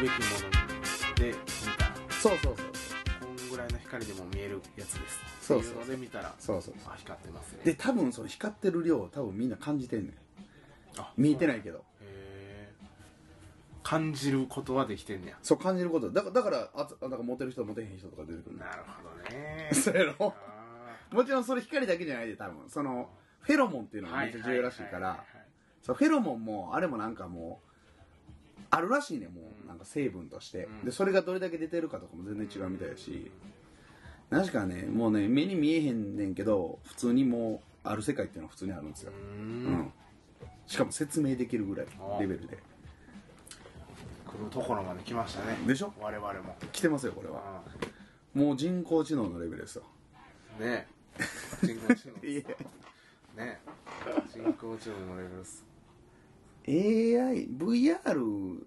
べきもので見たらそうそうそうこんぐらいの光でも見えるやつですそうっていうので見たらそうそうそあ光ってますねうで多分その光ってる量を多分みんな感じてんねんあ見えてないけどへー感じることはできてんねやそう感じることだからだからあつなんかモテる人モテへん人とか出てくるななるほどね そうやろあ もちろんそれ光だけじゃないで多分そのフェロモンっていうーのがめっちゃ重要らしいかはらそうフェロモンもあれもなんかもうあるらしいねもうなんか成分として、うんでそれがどれだけ出てるかとかも全然違うみたいだし、確かねもうね目に見えへんねんけど普通にもうある世界っていうのは普通にあるんですよいはいはい、ううんんしかも説明できるぐらいレベルで来るところまで来ましたねでしょ我々も来てますよこれはもう人工知能のレベルですようんねえ人工知能いやねえ人工知能のレベルっす AIVR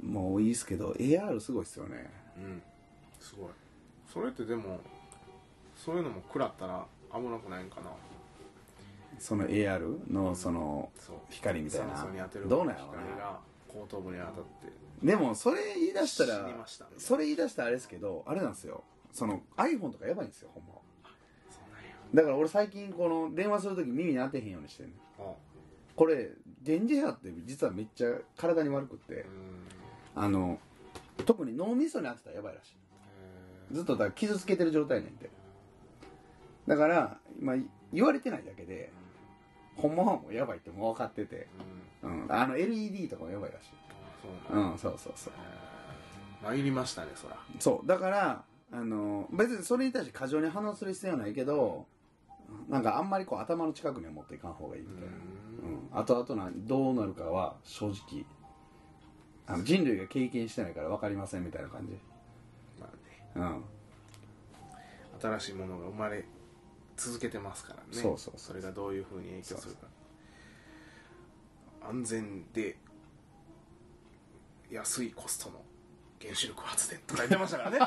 もいいですけど AR すごいっすよねうんすごいそれってでもそういうのも食らったら危なくないんかなその AR のそのそう光みたいな酸素に当てるどうなんやろうな光が後頭部に当たってでもそれ言い出した死にらましたそれ言い出したらあれですけどあれなんですよその iPhone とかやばいんですよほんまはそうなんやだから俺最近この電話するとき耳に当てへんようにしてるこれ電磁波って実はめっちゃ体に悪くってうんあの特に脳みそに当てたらやばいらしいずっとだから傷つけてる状態やねんてだから、まあ、言われてないだけでほんまはもうやばいってもう分かってて、うんうん、あの LED とかもやばいらしいそうなんうんそうそうそう参りましたねそらそうだからあの別にそれに対して過剰に反応する必要はないけどなんかあんまりこう頭の近くには持っていかん方がいいみたいな、うん後々などうなるかは正直あの人類が経験してないから分かりませんみたいな感じまあねうん、新しいものが生まれ続けてますからねそうそうそうそれがどういうふうに影響するか安全で安いコストの原子力発電とか言ってましたからね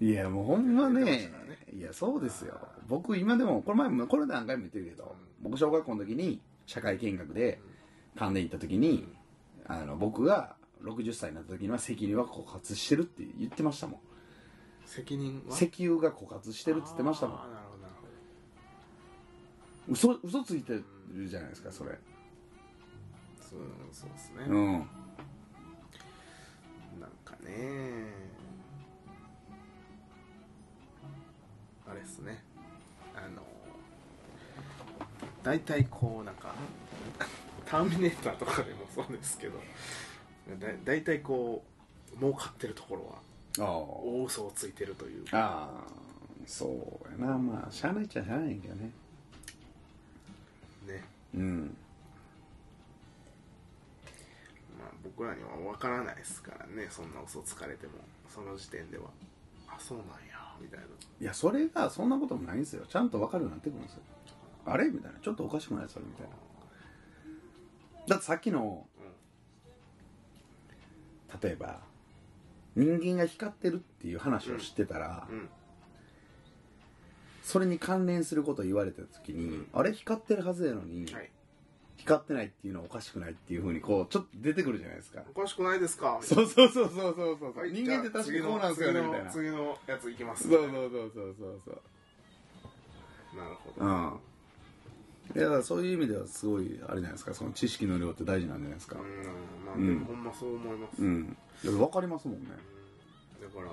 いやもうほんまね言ってましたからねいやそうですよ僕今でもこれ前もこれ何回も言ってるけど、僕小学校の時に社会見学で関連行った時に、あの僕が60歳になった時には責任は枯渇してるって言ってましたもん 責任は石油が枯渇してるっつってましたもんあーなるほどなるほど嘘嘘ついてるじゃないですかそれそうそうですね、うんなんかねあれっすねあの大体こうなんか「ターミネーター」とかでもそうですけどだ大体こう儲かってるところはああ大嘘をついてるというああそうやなまあしゃあないっちゃしゃあないんやけどねねうんまあ僕らには分からないですからねそんな嘘つかれてもその時点ではあそうなんやみたいないやそれがそんなこともないんですよちゃんと分かるようになってくるんですよあれみたいなちょっとおかしくないそれみたいなだってさっきの例えば人間が光ってるっていう話を知ってたら、うんそれに関連することを言われた時に、うんあれ光ってるはずやのに、はい光ってないっていうのはおかしくないっていうふうにこうちょっと出てくるじゃないですかおかしくないですかみたいなそうそうそうそうそうそう、はい人間って確かにこうなんですよねみたいなそう次の次のやついきますそうそうそうそうそうなるほど、うんいやだからそういう意味ではすごいあれじゃないですかその知識の量って大事なんじゃないですかうんまあ、うんでもほんまそう思います、うだんいや分かりますもんねから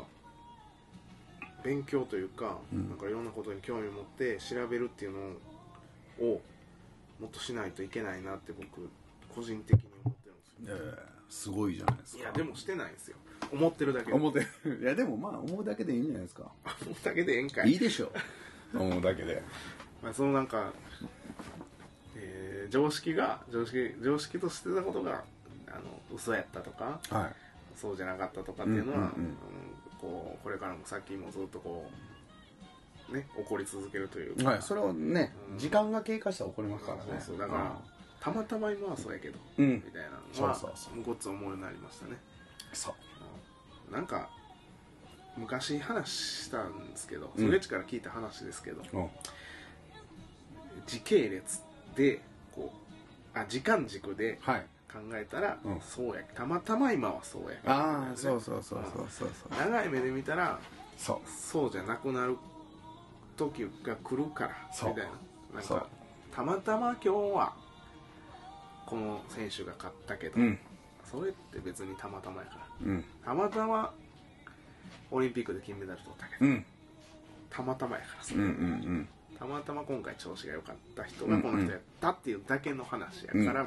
勉強というか、なんかいろんなことに興味を持って調べるっていうのをもっとしないといけないなって僕個人的に思ってるんですええすごいじゃないですよかいやでもしてないんですよ思ってるだけで思っていやでもまあ思うだけでいいんじゃないですか思うだけでええんかいいいでしょう思うだけでまあ、そのなんか、えー常識が常識常識としてたことがあの嘘やったとかはいそうじゃなかったとかっていうのは、うんうんうんうんこうこれからもさっきもずっとこうね怒り続けるというか、はい、それをね、時間が経過したら起こりますからねそうそうだから、たまたま今はそうやけど、うんみたいなのはそうそうそごっつ思うようになりましたねそうなんか昔話したんですけどそれっちから聞いた話ですけど、うん時系列でこうあ時間軸ではい考考えたら、うんそうやたまたま今はそうやからああみたいそなねうそうそうそうそうそう長い目で見たらそうそうじゃなくなる時が来るからそうみたいななんそうかたまたま今日はこの選手が勝ったけど、うんそれって別にたまたまやからうんたまたまオリンピックで金メダル取ったけど、うんたまたまやからそうんうれんうんたまたま今回調子が良かった人がこの人やったっていうだけの話やからみたいな、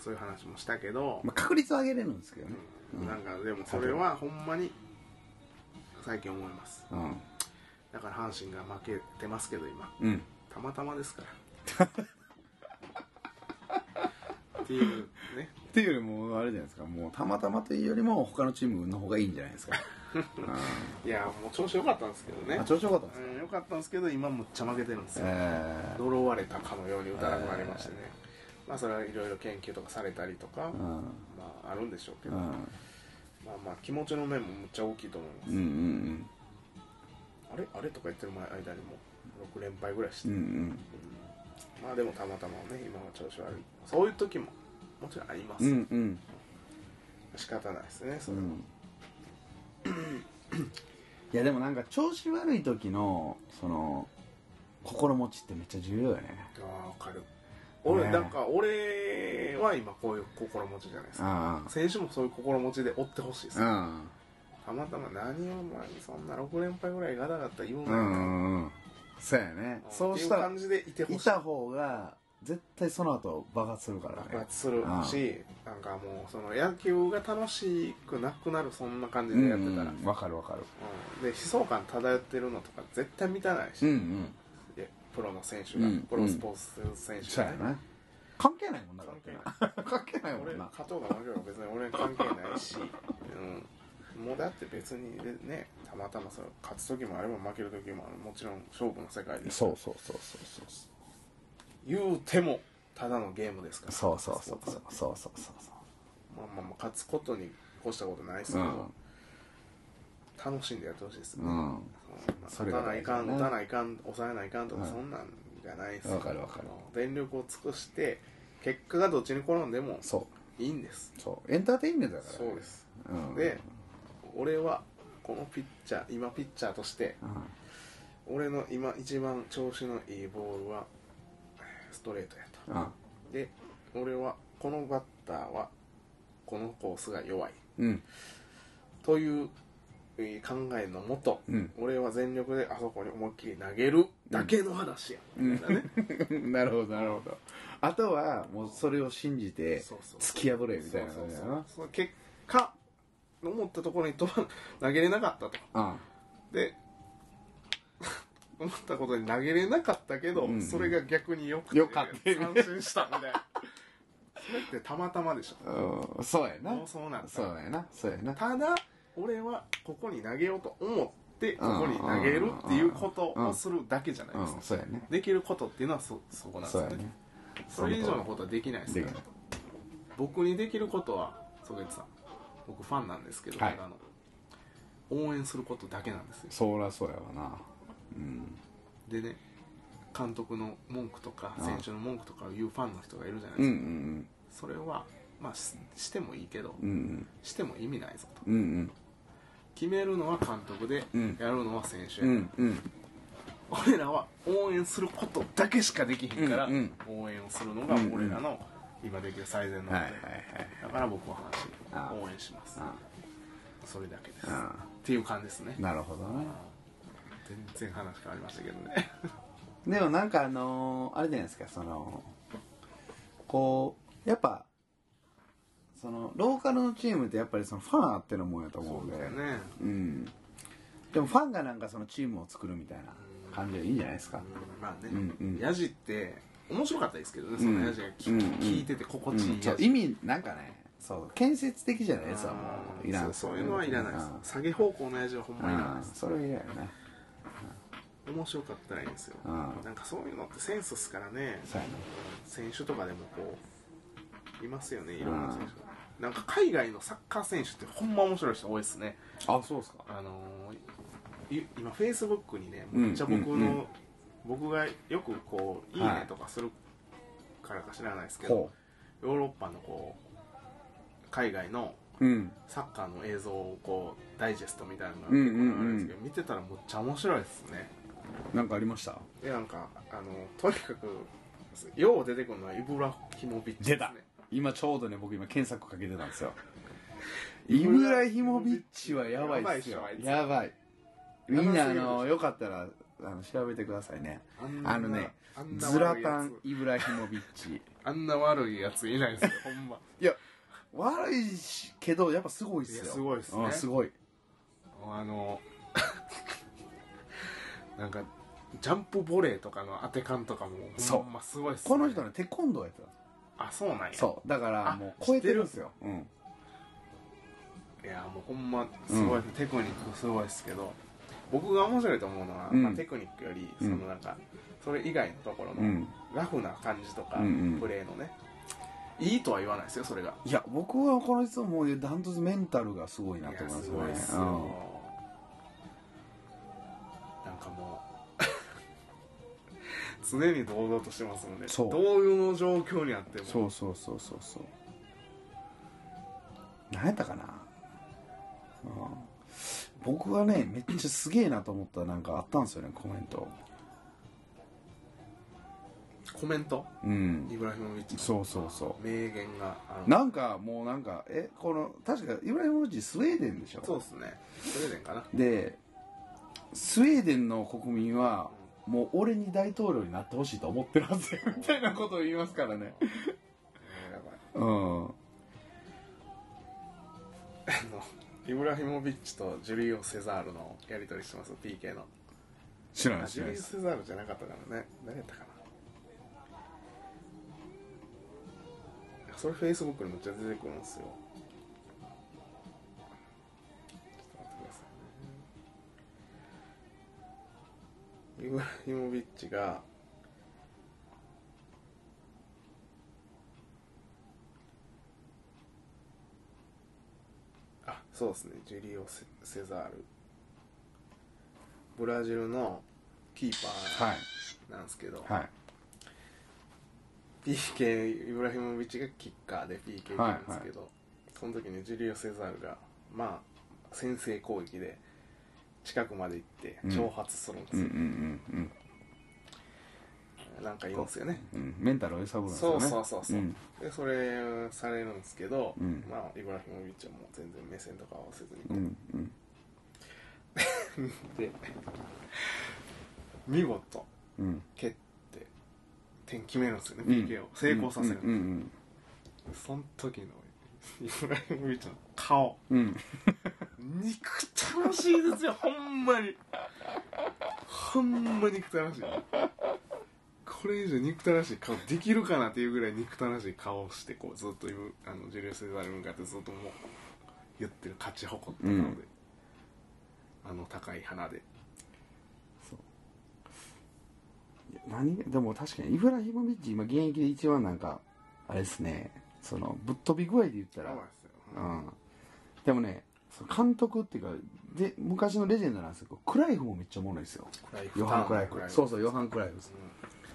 そういう話もしたけど、まあ、確率は上げれるんですけどねうんなんかでもそれはほんまに最近思いますうんだから阪神が負けてますけど今うんたまたまですからっていうねっていうよりもあれじゃないですかもうたまたまというよりも他のチームの方がいいんじゃないです か、いやもう調子良かったんですけどうんねあ調子良かったんですか、うん良かったんですけど今むっちゃ負けてるんですよえ呪われたかのように打たなくなりましてね、まあそれはいろいろ研究とかされたりとか、ーうんまああるんでしょうけうど、まんあまあ気持ちの面もむっちゃ大きいと思います、うんうんあれあれとか言ってる前間にも6連敗ぐらいして、うんうんまあでもたまたまね今は調子悪いそういう時ももちろんあります、うんうんうん仕方ないですねそうれは、んいやでもなんか調子悪い時のその心持ちってめっちゃ重要よねああわかる俺、ねなんか俺は今こういう心持ちじゃないですかあ選手もそういう心持ちで追ってほしいです、あたまたま何をお前そんな6連敗ぐらいガタガタ言ううんうなよ、んうんそうやねそうしたっていら感じでいてほいしいた方が絶対その後爆発するからね爆発するしなんかもうその野球が楽しくなくなるそんな感じうんでうやってたら、んうんわかるわかるうんで悲壮感漂ってるのとか絶対見たないし、うんうんでプロの選手が、うんプロスポーツ選手そうがやね、ね関係ないもんなだっ関て係ないな関係ないも俺んな加藤が負けるの別に俺に関係ない し、うん、もうだって別にねたまたまその勝つ時もあれば負ける時もあるもちろん勝負の世界でそうそうそうそうそう言うてもただのゲームですからそうそうそうそスポーうツだってそうそうそうそうまあまあまあ勝つことに越したことないですけど、うん楽しんでやってほしいです、うんそそれれ打がたないかん、大事だね打たないかん、抑えないかんとか、うんそんなんじゃないですわかるわかる電力を尽くして、結果がどっちに転んでもそいいんです。うそうエンターテインメントだからねそうです。うんで、俺は、このピッチャー、今ピッチャーとして、うん俺の今一番調子のいいボールは、ストレートやと。うんで、俺は、このバッターは、このコースが弱い。うんというえー考えのもと、うん 俺は全力であそこに思いっきり投げるだけの話や、みたいなねなるほどなるほどあとはもうそれを信じてそうそう突き破れみたいな感そうそうじだなそうその結果思ったところに飛ば投げれなかったとうんで思ったことに投げれなかったけど、うんそれが逆によくよかった三振したみたいなそれってたまたまでしょうんそうやなもうそうなんだそうやなそうやなただ俺はここに投げようと思ってここに投げるっていうことをするだけじゃないですうかんそうやねできることっていうのはそそこなんですそうよやねねそれ以上のことはできないですでからきない僕にできることは曽月さん僕ファンなんですけど、はいただの応援することだけなんですよそらそうやわなうんでね監督の文句とかうん選手の文句とかを言うファンの人がいるじゃないうんですか、うんそれはまあししてもいいけどうんうんしても意味ないぞとうんうん決めるのは監督で、うんやるのは選手うや、んうん俺らは応援することだけしかできへんから、うん応援をするのが俺らの今できる最善の、はいはいはいだから僕はああ話応援しますあそれだけですっあていう感じですねなるほどね全然話変わりましたけどねでもなんかあのーあれじゃないですかそのこうやっぱそのローカルのチームってやっぱりそのファンあってのもんやと思うんで ねうんでもファンがなんかそのチームを作るみたいな感じでいいんじゃないですかまあね、うんうんヤジって面白かったですけどねそのヤジがき、うんうん聞いてて心地いいそヤうジ、意味なんかねそう建設的じゃないですかもういらんそうそういうのはいらないです下げ方向のヤジはほんうまいらないんですそれはいらないね面白かったらいいんですようんなんかそういうのってセンスっすからねそうやな選手とかでもこういますよねいろんな選手がなんか海外のサッカー選手ってほんま面白い人多いですねあそうですかあのーい今フェイスブックにねうんめっちゃ僕の、うんうん僕がよくこう「いいはいね」とかするからか知らないですけど、ほヨーロッパのこう海外のうんサッカーの映像をこうダイジェストみたいなのが結構流れるんですけど、見てたらむっちゃ面白いですねなんかありましたでなんかあのとにかくよう出てくるのはイブラヒモビッチ出た今ちょうどね僕今検索かけてたんですよイブラヒモビッチはやばいっすよやばいっすよやばいみんなあのよかったらあの調べてくださいねんなあのねあんなズラ悪いタやン・イブラヒモビッ つチあんな悪いやついないですよほんまいや悪いしけどやっぱすごいっすよいやすごいっすねうんすごいあの なんかジャンプボレーとかの当て感とかもそうほんますごいっす、ね、この人ねテコンドーやってたあそうなんやそうだからもう超えてるんですよ、うん、いやもうほんますごい、うんテクニックすごいですけど僕が面白いと思うのは、うんまあ、テクニックよりそうんのなんか、それ以外のところうのんラフな感じとか、うんうんプレーのねいいとは言わないですよそれがいや僕はこの人もうダントツメンタルがすごいいなやと思いますすごいねっすよ、なんかもう 常に堂々としてますのでそうどういう状況にあってうん、もそうそうそうそうそう何やったかな、うん、僕はねめっちゃすげえなと思ったなんかあったんですよねコメントコメントうんイブラヒモビッチのそうそうそ名言があるうなんかもうなんかえこの確かイブラヒモビッチスウェーデンでしょそうですねスウェーデンかなでスウェーデンの国民はもう俺に大統領になってほしいと思ってるはずよみたいなことを言いますからねやばいうんあのイブラヒモビッチとジュリオ・セザールのやり取りしてます PK の知らあない知ジらュなリオ・いですセザールじゃなかったからね誰やったかなそれフェイスブックにめっちゃ出てくるんですよちょっと待ってくださいねイブラヒモビッチがあそうですねジュリオセ・セザールブラジルのキーパはいーなんですけど、はい PK イブラヒモビッチがキッカーで PK なんですけど、その時にジュリオ・セザールがまあ先制攻撃で近くまで行ってうん挑発するんですうんうよん、うんなんか言うんですよねうんうんメンタルを揺さぶるんですよねそうそうそうそううんでそれされるんですけど、うんまあイブラヒモビッチはもう全然目線とか合わせずにうこんうんうで見事うん蹴って点決めるんですよねうん PK を成功させるんですよ、うんその時のイブラヒモビッチの顔うんうん憎たらしいですよ ほんまにほんま憎たらしいこれ以上憎たらしい顔できるかなっていうぐらい憎たらしい顔をしてこうずっとイブあのジュリオ・セザールに向かってずっともう言ってる勝ち誇った顔で、うんあの高い鼻でいや何でも確かにイブラヒモビッチ今現役で一番なんかあれですねそのぶっ飛び具合で言ったやらばいですよ、うんでもねその監督っていうかで昔のレジェンドなんですけどクライフもめっちゃおもろいですよクライフヨハン・クライフそうそうヨン、ハン・クライフです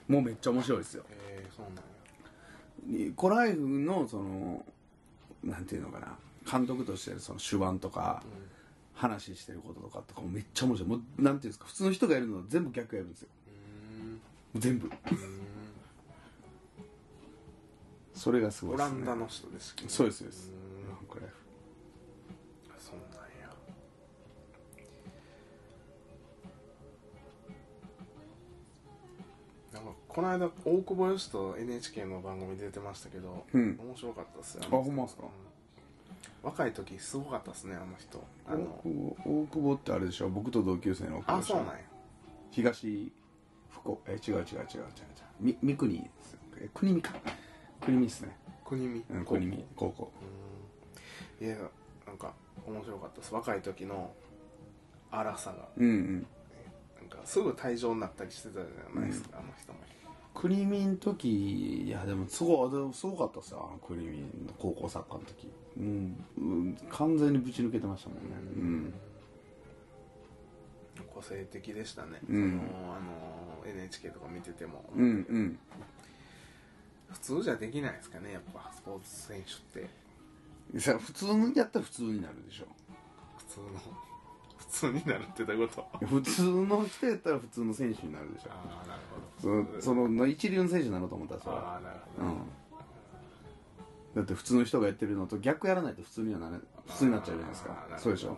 うん、もうめっちゃ面白いですよえー、そうなんやクライフのそのなんていうのかな監督としてのその手腕とか話してることとかとかもめっちゃ面白いもうなんていうんですか普通の人がやるのは全部逆やるんですようん全部うーんそれがすごいオですラねンダの人ですけどそうですそうですうんヨハン・クライフそんなんやなんかこの間大久保嘉人 NHK の番組出てましたけど、うん面白かったっすよあほんまっすかうん若い時すごかったっすねあの人あ大の久保大久保ってあれでしょ僕と同級生の大久保あでしょそうなんや東福岡え違う違う違う違う違う違うみ三国ですえ国見か国見ですね、国見うん、高校国見高校うんいやなんか面白かったっす若い時の荒さがうんうんなんかすぐ退場になったりしてたじゃないですか、あの人も国見の時いやでもすごいでもすごかったっすよあの国見の高校サッカーの時うん、うん、完全にぶち抜けてましたもんねうん個性的でしたね、うんそのあの NHK とか見てても、うんうん普通じゃできないですかねやっぱスポーツ選手ってさ普通のやったら普通になるでしょ普通の 普通になるってどういうこと普通の人やったら普通の選手になるでしょああなるそのその一流の選手になろうと思ったらそれはああなるほうど、んだって普通の人がやってるのと逆やらないと普通にはなれ普通になっちゃうじゃないですあーなるほかどそうでしょ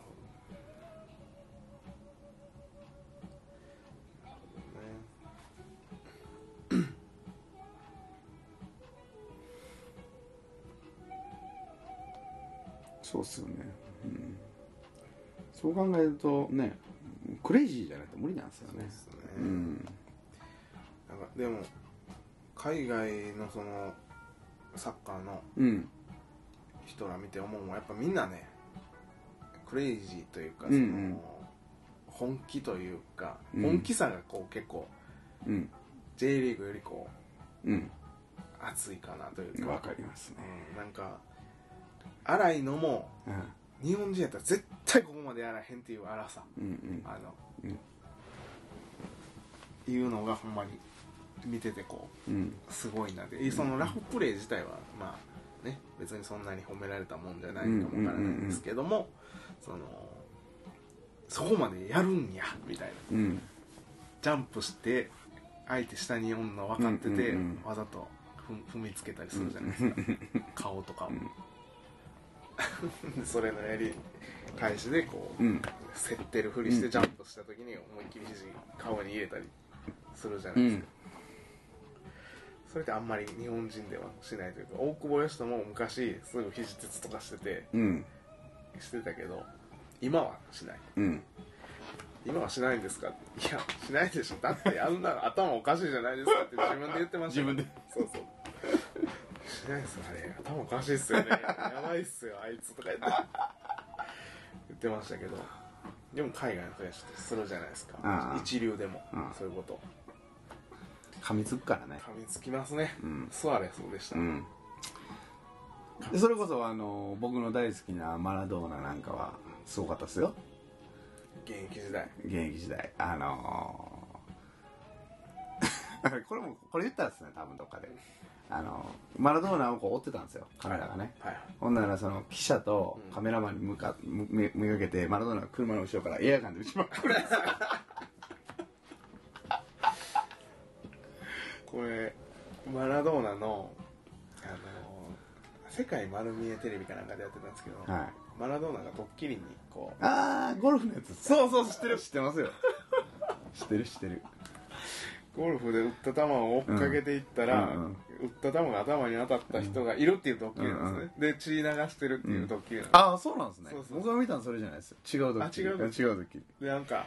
そうっすよね、うん、そう考えるとねクレイジーじゃないと無理なんですよそうねですね、うんなんかでも海外のそのサッカーのうん人ら見て思うのはやっぱみんなねクレイジーというかうんその、うん本気というか、うん本気さがこう結構うん、 J リーグよりこうん、う熱いかなというかわかりますね、うん、なんか荒いのも日本人やったら絶対ここまでやらへんっていう荒さうん、うんあの、うんいうのがほんまに見ててこううんうんすごいなでそのラフプレー自体はまあね別にそんなに褒められたもんじゃないかもわからないんですけどもそのそこまでやるんやみたいなうんジャンプして相手下におんの分かってて、うんうんうんわざとふん踏みつけたりするじゃないですか、顔とかを、で それのやり返しでこう、うん競ってるふりしてジャンプした時に思いっきり肘顔に入れたりするじゃないですか、それってあんまり日本人ではしないというか大久保嘉人も昔すぐ肘鉄とかしててうんしてたけど今はしないうん今はしないんですかっていやしないでしょだってやるなら頭おかしいじゃないですかって自分で言ってましたよ自分でそうそうしないですよね頭おかしいっすよねやばいっすよあいつとか言って言ってましたけどでも海外の選手ってするじゃないですあかあ一流でもああそういうこと噛みつくからね噛みつきますね、うんスアレスでした、うんそれこそあの僕の大好きなマラドーナなんかはすごかったですよ現役時代現役時代あのーこれもこれ言ったんですね多分どっかであのマラドーナをこう追ってたんですよカメラがね、はいほんならその記者とカメラマンに向か、むめめがけてマラドーナが車の後ろからエアガンで撃ちまくるこれマラドーナのあの世界丸見えテレビかなんかでやってたんですけど、はいマラドーナがドッキリにこうあーゴルフのやつそうそう知ってる知ってますよ知ってる知ってるゴルフで打った球を追っかけていったら、うんうん打った球が頭に当たった人がいるっていうドッキリなんですね、で血流してるっていうドッキリなんでああそうなんですねそうそう僕が見たのそれじゃないですよ違う時あ違う時違う時す、でなんか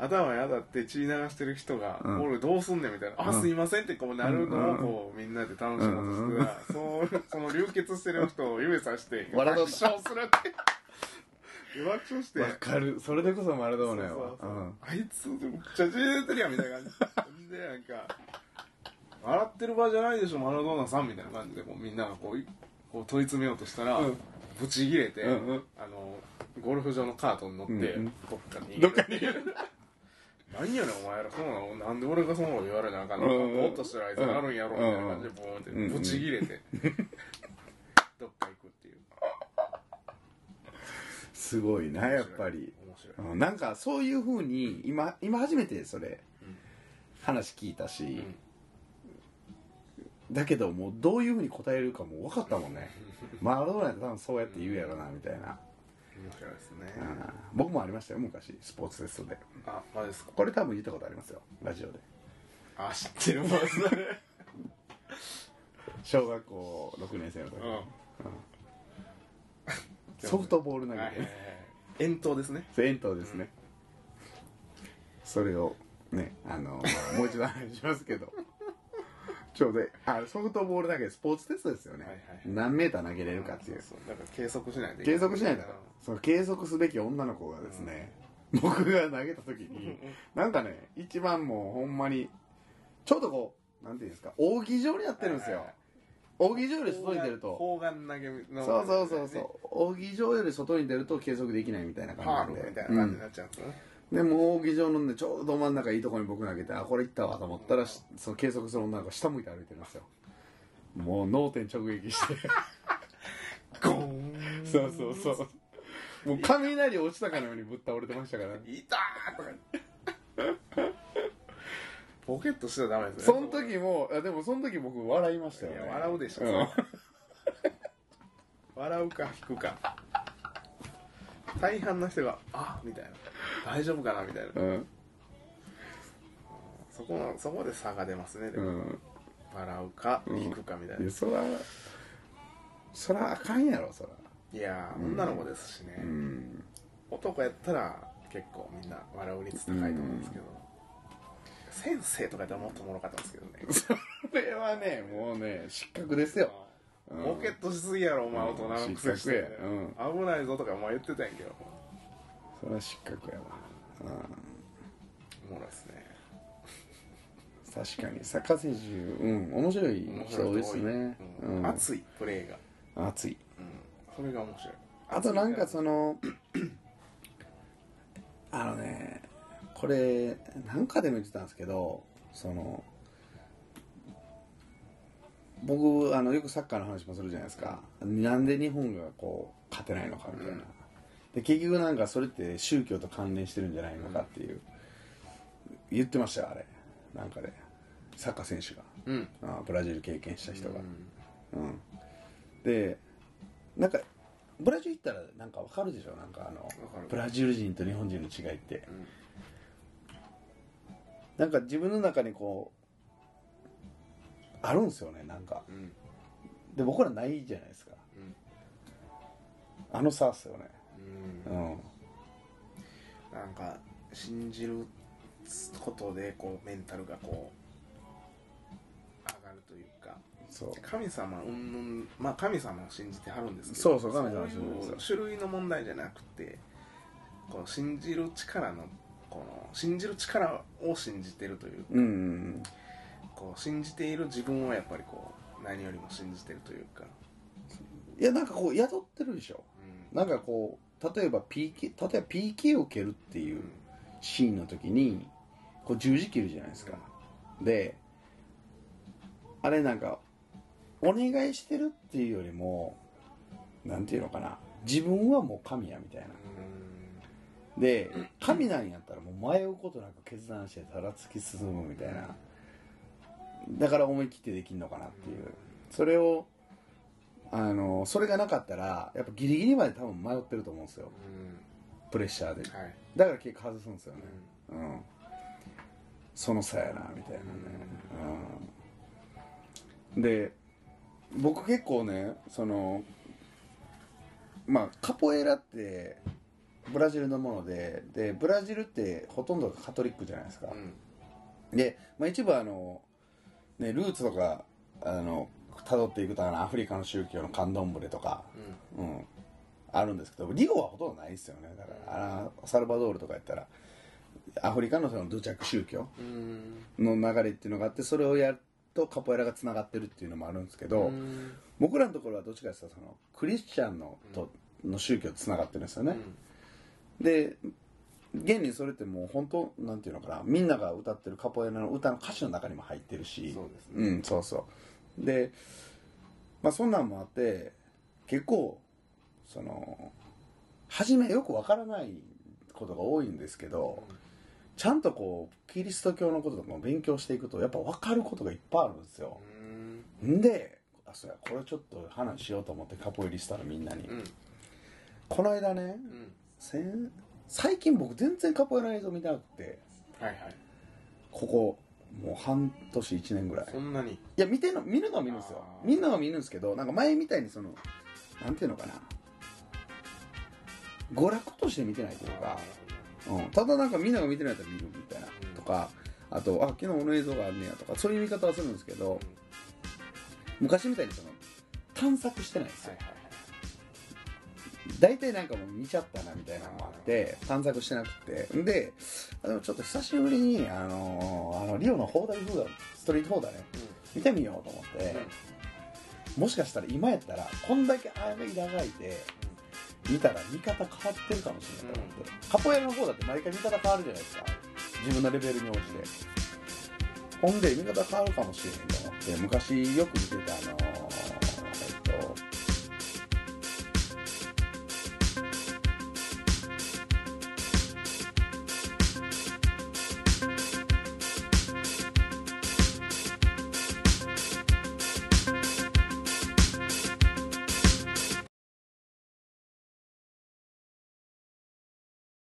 頭に当たって血流してる人が「うん俺どうすんねん」みたいな「あうんすいません」ってこうなるのをこうみんなで楽しもうとしてたら、 そうその流血してる人を指さして笑爆う笑するって爆笑してわかるそれでこそマラドーナやそうわそうそうあいつめっちゃ血出てるやんみたいな感じでなんか笑ってる場合じゃないでしょマラドーナさんみたいな感じでこうみんながこういこう問い詰めようとしたら、うんブチ切れて、うんうんあのゴルフ場のカートに乗って、うんうんどっかにうんどっかにいる 何やねんお前らそうなのなんで俺がそんなこと言われなあかんのうぼんうんーっとしてる間にあるんやろみたいな感じでボーンってうんうんブチ 切れてどっか行くっていうすごいなやっぱり面白いうんなんかそういうふうに今今初めてそれ話聞いたしだけどもうどういうふうに答えるかも分かったもんねマラドーナやって多分そうやって言うやろなみたいな面白いですね、うん僕もありましたよ昔スポーツテストであマジですかこれ多分言ったことありますよラジオであ知ってるマジだね小学校6年生の時うソフトボール投ん、げはいはいはいて遠投ですね遠投ですね、それをねあのもう一度話しますけどちょうどあソフトボール投げスポーツテストですよね、はいはい何メーター投げれるかっていうそうそうだから計測しないといけ計測しないとその計測すべき女の子がですね、僕が投げた時になんかね一番もうほんまにちょっとこうなんていうんですか扇状になってるんですよ、はいはい扇状より外に出ると砲丸投げのそうそうそうそう扇状より外に出ると計測できないみたいなパワー感みじなんでたいな感じになっちゃうんですよね、うんでもう扇状のねちょうどど真ん中いいとこに僕投げてあこれいったわと思ったらしその計測する女の子が下向いて歩いてるんですよもう脳天直撃 してゴーンそうそうそうもう雷落ちたかのようにぶっ倒れてましたからいたーとか言ってポケットしてはダメですねその時もあでもその時僕笑いましたよ、いね、や笑うでしょ、ん笑うか引くか大半の人が「あみたいな「大丈夫かな?」みたいなうんそこのそこで差が出ますねでうも、ん笑うかうん引くかみたいいな、やそらそらあかんやろそらいやー女の子ですしね、 うん男やったら結構みんな笑う率高いと思うんですけど、先生とかやったらもっとおもろかったんですけどねそれはねもうね失格ですよ うんボケっとしすぎやろお前う大ん人のくせにして、失格や危ないぞとかお前言ってたんやけどそら失格やわうんおもろいですね確かに坂瀬中うん面白い人多いですねうんうん熱いプレーが、熱いうん、それが面白いあとなんかその あのねこれなんかでも言ってたんですけどその僕あのよくサッカーの話もするじゃないですかなんで日本がこう勝てないのかみたいな、うんで結局なんかそれって宗教と関連してるんじゃないのかっていう言ってましたよあれなんかでサッカー選手がうんあブラジル経験した人人がが、うん、でなんかブラジル行ったらなんかわかるでしょなんかあのかるブラジル人と日本人の違いって、なんか自分の中にこうあるんですよねなんかうんで僕らないじゃないですかあの差っすよねうんう、んなんか信じることでこうメンタルがこう上がるというかそう神様うんうんまあ神様を信じてはるんですけどそうそう神様を信じてるんそでうすいよう種類の問題じゃなくてこう信じる力のこの信じる力を信じてるといううんうんこう信じている自分をやっぱりこう何よりも信じてるというか、いやなんかこう宿ってるでしょうんなんかこう例えば PK 例えば PK を蹴るっていうシーンの時にこう十字切るじゃないですか、であれなんかお願いしてるっていうよりもなんていうのかな自分はもう神やみたいなで神なんやったらもう迷うことなく決断してたら突き進むみたいなだから思い切ってできるのかなっていうそれをあのそれがなかったらやっぱギリギリまで多分迷ってると思うんですようんプレッシャーでうんはいだから結構外すんですよねうんうんその差やなみたいなね、うん、で僕結構ねそのまあカポエラってブラジルのものででブラジルってほとんどがカトリックじゃないですか、うんで、まあ、一部あの、ね、ルーツとかあの辿っていくとあのアフリカの宗教のカンドンブレとか、うんうん、あるんですけどリゴはほとんどないですよねだからあのサルバドールとかやったらアフリカのその土着宗教うんの流れっていうのがあってそれをやるとカポエラがつながってるっていうのもあるんですけうど、ん僕らのところはどっちかというとそのクリスチャンのと、の宗教とつながってるんですよね、で現にそれってもう本当なんていうのかなみんなが歌ってるカポエラの歌の歌詞の中にも入ってるしそうですねうんそうそうでまあそんなんもあって結構その初めよくわからないことが多いんですけどちゃんとこうキリスト教のこととかも勉強していくとやっぱ分かることがいっぱいあるんですようんんであそうやこれちょっと話しようと思ってカポエリスタのみんなに、うんこの間ねうん先最近僕全然カポエラの映像見てなくてはいはいここもう半年1年ぐらいそんなにいや見てんの見るのは見るんですよあー見るのは見るんですけどなんか前みたいにそのなんていうのかな娯楽として見てないというか、うん、ただなんかみんなが見てないと見るみたいなうんとかあとあ昨日この映像があんねやとかそういう見方はするんですけど昔みたいにその探索してないんですはよいはい大体なんかもう見ちゃったなみたいなのもあって探索してなくてんであでもちょっと久しぶりにあのーあのリオの放題フードストリートフーダね見てみようと思って、もしかしたら今やったらこんだけ雨長いで見たら見方変わってるかもしれないと思って、カポエラの方だって毎回見方変わるじゃないですか自分のレベルに応じてほんで見方変わるかもしれへんと思って昔よく見てたあの